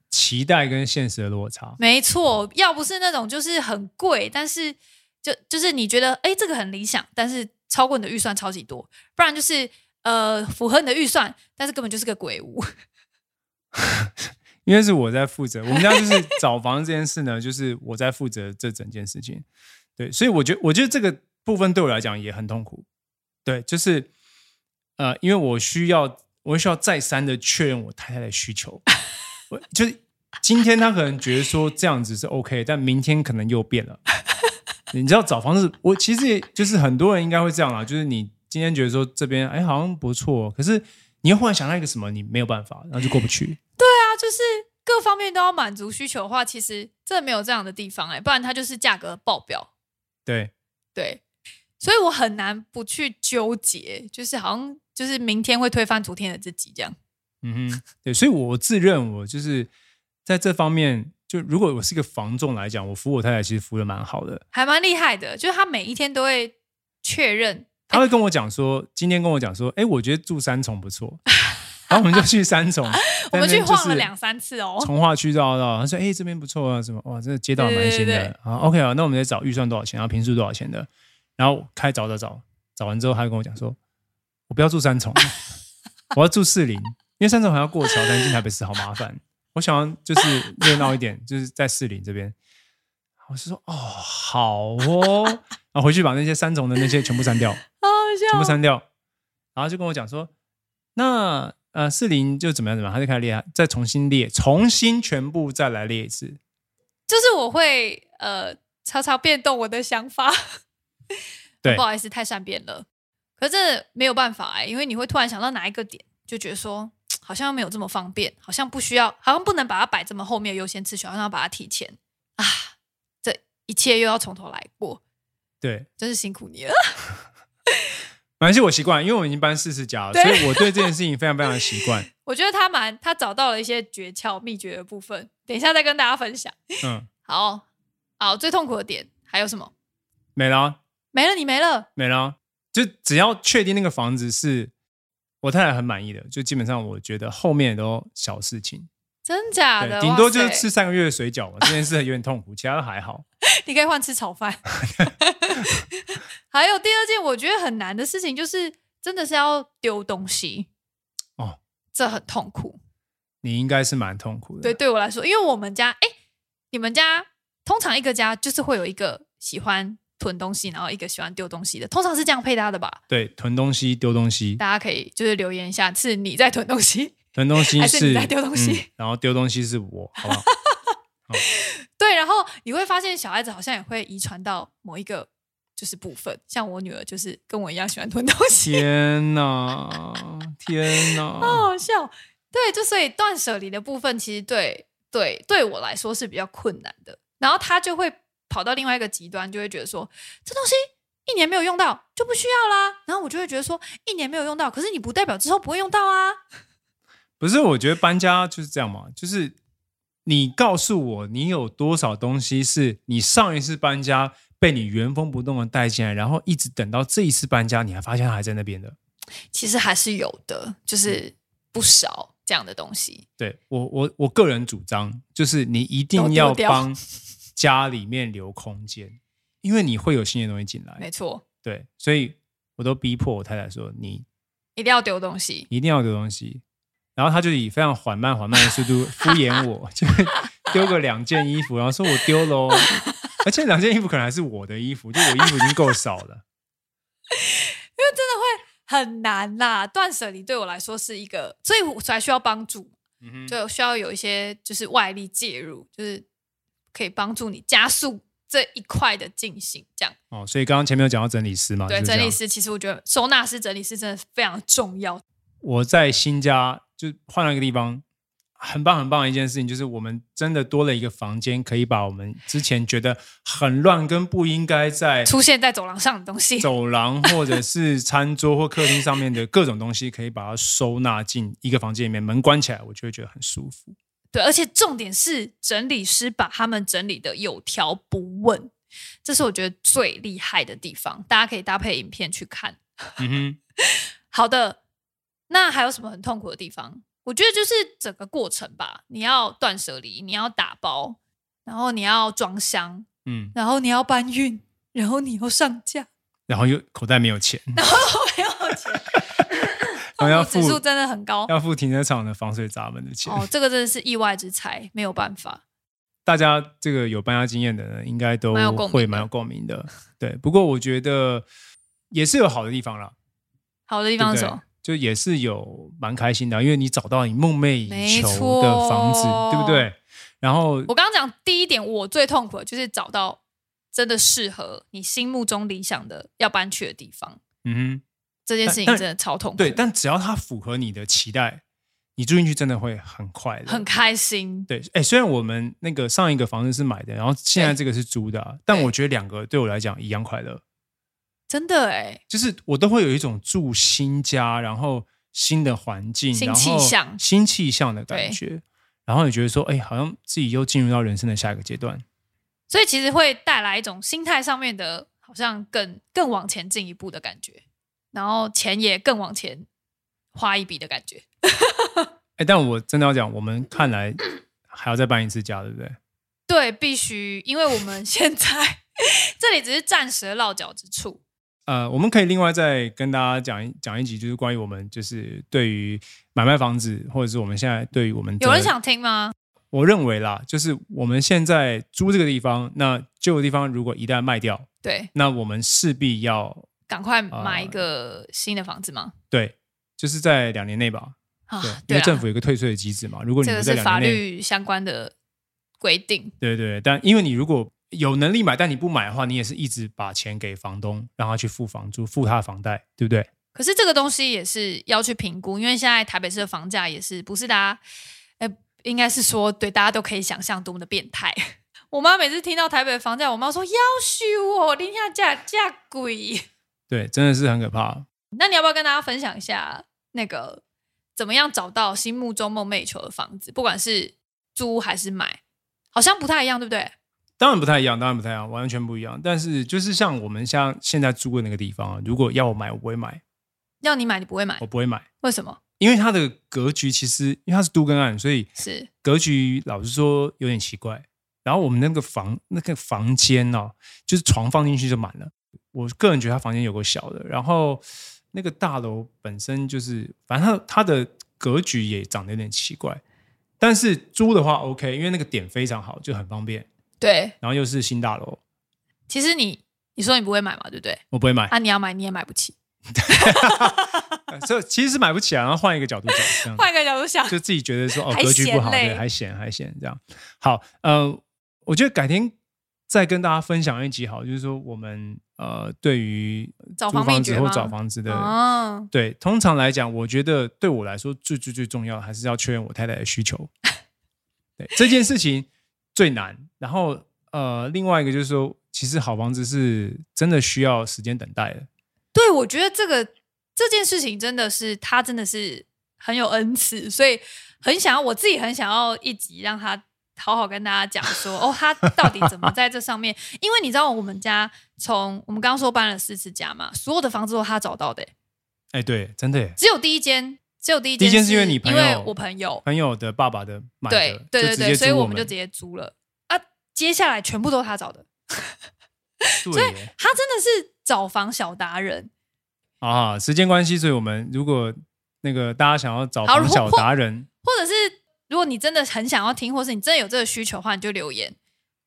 期待跟现实的落差。
没错，要不是那种就是很贵，但是就就是你觉得哎这个很理想，但是超过你的预算超级多，不然就是呃符合你的预算，但是根本就是个鬼屋。
因为是我在负责，我们家就是 找房这件事呢，就是我在负责这整件事情。对，所以我觉得，我觉得这个部分对我来讲也很痛苦。对，就是呃，因为我需要，我需要再三的确认我太太的需求。我就是今天她可能觉得说这样子是 OK，但明天可能又变了。你知道找房子，我其实也就是很多人应该会这样啦，就是你今天觉得说这边哎好像不错，可是你又忽然想到一个什么，你没有办法，然后就过不去。
它就是各方面都要满足需求的话，其实真的没有这样的地方哎、不然它就是价格爆表。
对，
对，所以我很难不去纠结，就是好像就是明天会推翻昨天的自己这样。
嗯哼，对，所以我自认我就是在这方面，就如果我是一个房仲来讲，我服我太太其实服的蛮好的。
还蛮厉害的，就是他每一天都会确认，
她会跟我讲说，今天跟我讲说，哎，我觉得住三重不错，然后我们就去三重
我们
在
去
那边就
晃了
是
两三次哦
从化区绕绕，她说，哎，这边不错啊，什么哇，这个街道蛮新
对对对
的啊，OK 啊，那我们再找预算多少钱，然后平数多少钱的，然后开找找找，找完之后，她就跟我讲说，我不要住 三重，我要住士林，因为三重还要过桥，但进台北市好麻烦。我想要就是热闹一点，就是在士林这边。我是说，哦，好哦，然后回去把那些三重的那些全部删掉，
好
全部
好笑。哦
删掉。然后就跟我讲说，那呃士林就怎么样怎么样，他就开始列，啊再重新列，重新全部再来列一次。
就是我会呃常常变动我的想法，
对
哦 不好意思，太善变了。可是没有办法哎、因为你会突然想到哪一个点，就觉得说好像没有这么方便，好像不需要，好像不能把它摆这么后面的优先次序，好像要把它提前啊，这一切又要从头来过，
对，
真是辛苦你了。
反正我习惯，因为我已经搬四十家了，所
对
以我对这件事情非常非常的习惯。
我觉得他蛮他找到了一些诀窍秘诀的部分，等一下再跟大家分享。
嗯，
好好，最痛苦的点还有什么？
没了啊。
没了，你没了。
没了啊，就只要确定那个房子是我太太很满意的，就基本上我觉得后面都小事情，
真假的，
对，顶多
哇塞
就是吃三个月的水饺嘛，这件事有点痛苦，其他都还好。
你可以换吃炒饭。 还有第二件我觉得很难的事情，就是真的是要丢东西
哦，
这很痛苦。
你应该是蛮痛苦的。
对，对我来说，因为我们家，哎，你们家通常一个家就是会有一个喜欢囤东西，然后一个喜欢丢东西的，通常是这样配搭的吧？
对，囤东西丢东西，
大家可以就是留言一下，是你在囤东西，
囤东西
还是你在丢东西
嗯然后丢东西是 我，好不好？
对，然后你会发现小孩子好像也会遗传到某一个就是部分，像我女儿就是跟我一样喜欢囤东西，
天哪，天
好
哪！
好笑。对，就所以断舍离的部分，其实对对对我来说是比较困难的。然后他就会跑到另外一个极端，就会觉得说这东西一年没有用到就不需要啦。然后我就会觉得说一年没有用到，可是你不代表之后不会用到啊。
不是，我觉得搬家就是这样嘛，就是你告诉我你有多少东西是你上一次搬家被你原封不动的带进来，然后一直等到这一次搬家，你还发现它还在那边的。
其实还是有的，就是不少这样的东西。
对我我我个人主张就是你一
都
定
丢
要
掉
帮家里面留空间，因为你会有新的东西进来。
没错，
对，所以我都逼迫我太太说，你
一定要丢东西。
一定要丢东西。然后她就以非常缓慢缓慢的速 度敷衍我，就是丢个两件衣服，然后说我丢喽。而且两件衣服可能还是我的衣服，就我衣服已经够少了。
很难啦，断舍离对我来说是一个，所以我才需要帮助，
嗯哼，
就需要有一些就是外力介入，就是可以帮助你加速这一块的进行。这样，
哦，所以刚刚前面有讲到整理师嘛，
对
啊是不是
整
这
理
样
师，其实我觉得收纳师、整理师真的非常重要。
我在新家就换了一个地方，很棒很棒的一件事情，就是我们真的多了一个房间，可以把我们之前觉得很乱跟不应该在
出现在走廊上的 东西，
走廊或者是餐桌或客厅上面的各种东西，可以把它收纳进一个房间里面，门关起来，我就会觉得很舒服。
对，而且重点是整理师把他们整理的有条不紊，这是我觉得最厉害的地方。大家可以搭配影片去看。
嗯哼，
好的，那还有什么很痛苦的地方？我觉得就是整个过程吧，你要断舍离，你要打包，然后你要装箱，
嗯，
然后你要搬运，然后你要 上架，哦
然后又口袋没有钱，
没有钱，
然后要
痛苦指数
付
真的很高
要付停车场的防水闸门的钱。
哦，这个真的是意外之财，没有办法。
大家这个有搬家经验的人，应该都
蛮有共鸣的
会蛮有共鸣的。对，不过我觉得也是有好的地方啦，
好的地
对
方
不
是什
对
么？？
就也是有蛮开心的，因为你找到你梦寐以求
没错
的房子，对不对？然后
我刚刚讲第一点，我最痛苦的就是找到真的适合你心目中理想的要搬去的地方，
嗯
这件事情
但
真的超痛
哼，
苦。
对，但只要它符合你的期待，你住进去真的会很快乐，
很开心。
对。哎，虽然我们那个上一个房子是买的，然后现在这个是租的啊、但我觉得两个对我来讲一样快乐，
真的哎，
就是我都会有一种住新家，然后新的环境，
新
然
气
后
象
新气象的感觉。然后你觉得说，哎，好像自己又进入到人生的下一个阶段，
所以其实会带来一种心态上面的，好像更更往前进一步的感觉，然后钱也更往前花一笔的感觉。
哎，但我真的要讲，我们看来还要再搬一次家，对不对？
对，必须，因为我们 现在这里只是暂时的落脚之处。
呃，我们可以另外再跟大家讲一讲一集，就是关于我们就是对于买卖房子，或者是我们现在对于我们
有人
的，
想听吗？
我认为啦，就是我们现在租这个地方，那旧的地方如果一旦卖掉，
对，
那我们势必要
赶快
啊
买一个新的房子吗？
对，就是在两年内吧，
啊
对，，因
对
为
啦
政府有一个退税的机制嘛，如果你
这
们
个
在
是法
两年内，
律相关的规定。
对对对，但因为你如果有能力买，但你不买的话，你也是一直把钱给房东，让他去付房租，付他的房贷，对不对？
可是这个东西也是要去评估，因为现在台北市的房价也是不是大家，呃，应该是说对大家都可以想象多么的变态。 我妈每次听到台北的房价，我妈说要修哦，你下价价贵。
对，真的是很可怕。
那你要不要跟大家分享一下那个怎么样找到心目中梦寐以求的房子，不管是租还是买，好像不太一样，对不对？
当然不太一样，当然不太一样，完全不一样。但是就是像我们像现在住的那个地方啊，如果要我买，我不会买，
要你买你不会买
我，不会买，
为什么？
因为它的格局其实因为它是都跟案，所以
是
格局老实说有点奇怪。然后我们那个房那个房间哦，就是床放进去就满了。我个人觉得他房间有够小的，然后那个大楼本身就是，反正它它的格局也长得有点奇怪。但是租的话 OK，因为那个点非常好，就很方便，
对，
然后又是新大楼，
其实你你说你不会买嘛，对不对？
我不会买，
啊，你要买你也买不起。
呃所以其实是买不起啊。然后换一个角 度讲，这样
换一个角度想，
就自己觉得说哦
还
格局不好，
嫌嘞
对，还显还显这样。好，呃，我觉得改天再跟大家分享一集好，就是说我们呃对于
找
租
房秘
房
诀
子
吗
或找房子的
哦，
对，通常来讲，我觉得对我来说最最最重要的还是要确认我太太的需 求。对这件事情最难，然后呃，另外一个就是说，其实好房子是真的需要时间等待的。
对，我觉得这个这件事情真的是他真的是很有恩赐，所以很想要我自己很想要一集让他好好跟大家讲说哦，他到底怎么在这上面？因为你知道我们家从我们刚刚说搬了四次家嘛，所有的房子都是他找到的、欸
哎，对，真的耶，
只有第一间，只有第一
第
间，
一间是因为你朋友
因为我朋友，
朋友的爸爸的买的，
对对对
就直
对，
接
所以
租我
们就直接租了啊。接下来全部都是他找的，
对耶
他真的是找房小达人。
啊，时间关系，所以我们如果那个大家想要找
好
房
如
小
或
达 人，
或者是如果你真的很想要听，或是你真的有这个需求的话，你就留言。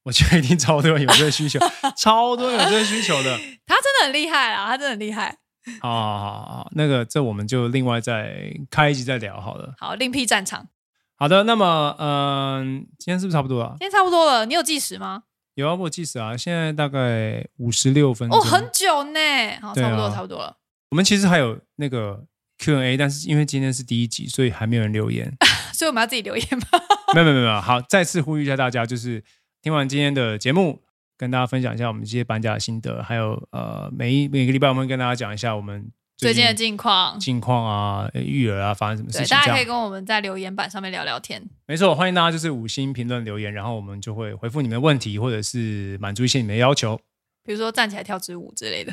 我觉得一定超多人有这个需求， 超多人有这个需求的。
他真的很厉害啦，他真的很厉害。
好好好好，那个这我们就另外再开一集再聊好了。
好，另辟战场。
好的，那么嗯、今天是不是差不多了？
今天差不多了，你有计时吗？
有啊，我有计时啊，现在大概五十六分钟。
哦，很久呢。好，
对啊
差不多了，差不多了。
我们其实还有那个 Q&A，但是因为今天是第一集，所以还没有人留言。
所以我们要自己留言吗？
没有没有没有，好，再次呼吁一下大家，就是听完今天的节目，跟大家分享一下我们这些搬家的心得，还有呃，每一每个礼拜我们会跟大家讲一下我们
最近的
近
近况，
近况啊、呃育儿啊，发生什么事
对，
情。
大
这
家
样。
可以跟我们在留言板上面聊聊天。
没错，欢迎大家就是五星评论留言，然后我们就会回复你们的问题，或者是满足一些你们的要 求，
比如说站起来跳支舞之类的，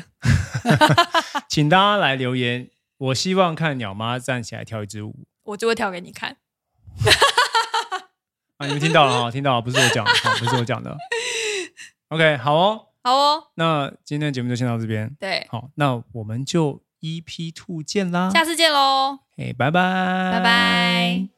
请大家来留言。我希望看鸟妈站起来跳一支舞。
我就会跳给你看。
啊，你们听到了 哈，听到了，不是我讲的，啊不是我讲的。OK，好哦，
好哦，
那今天的节目就先到这边。
对，
好，那我们就 EP Two 见啦，
下次见喽，
哎，拜拜，
拜拜。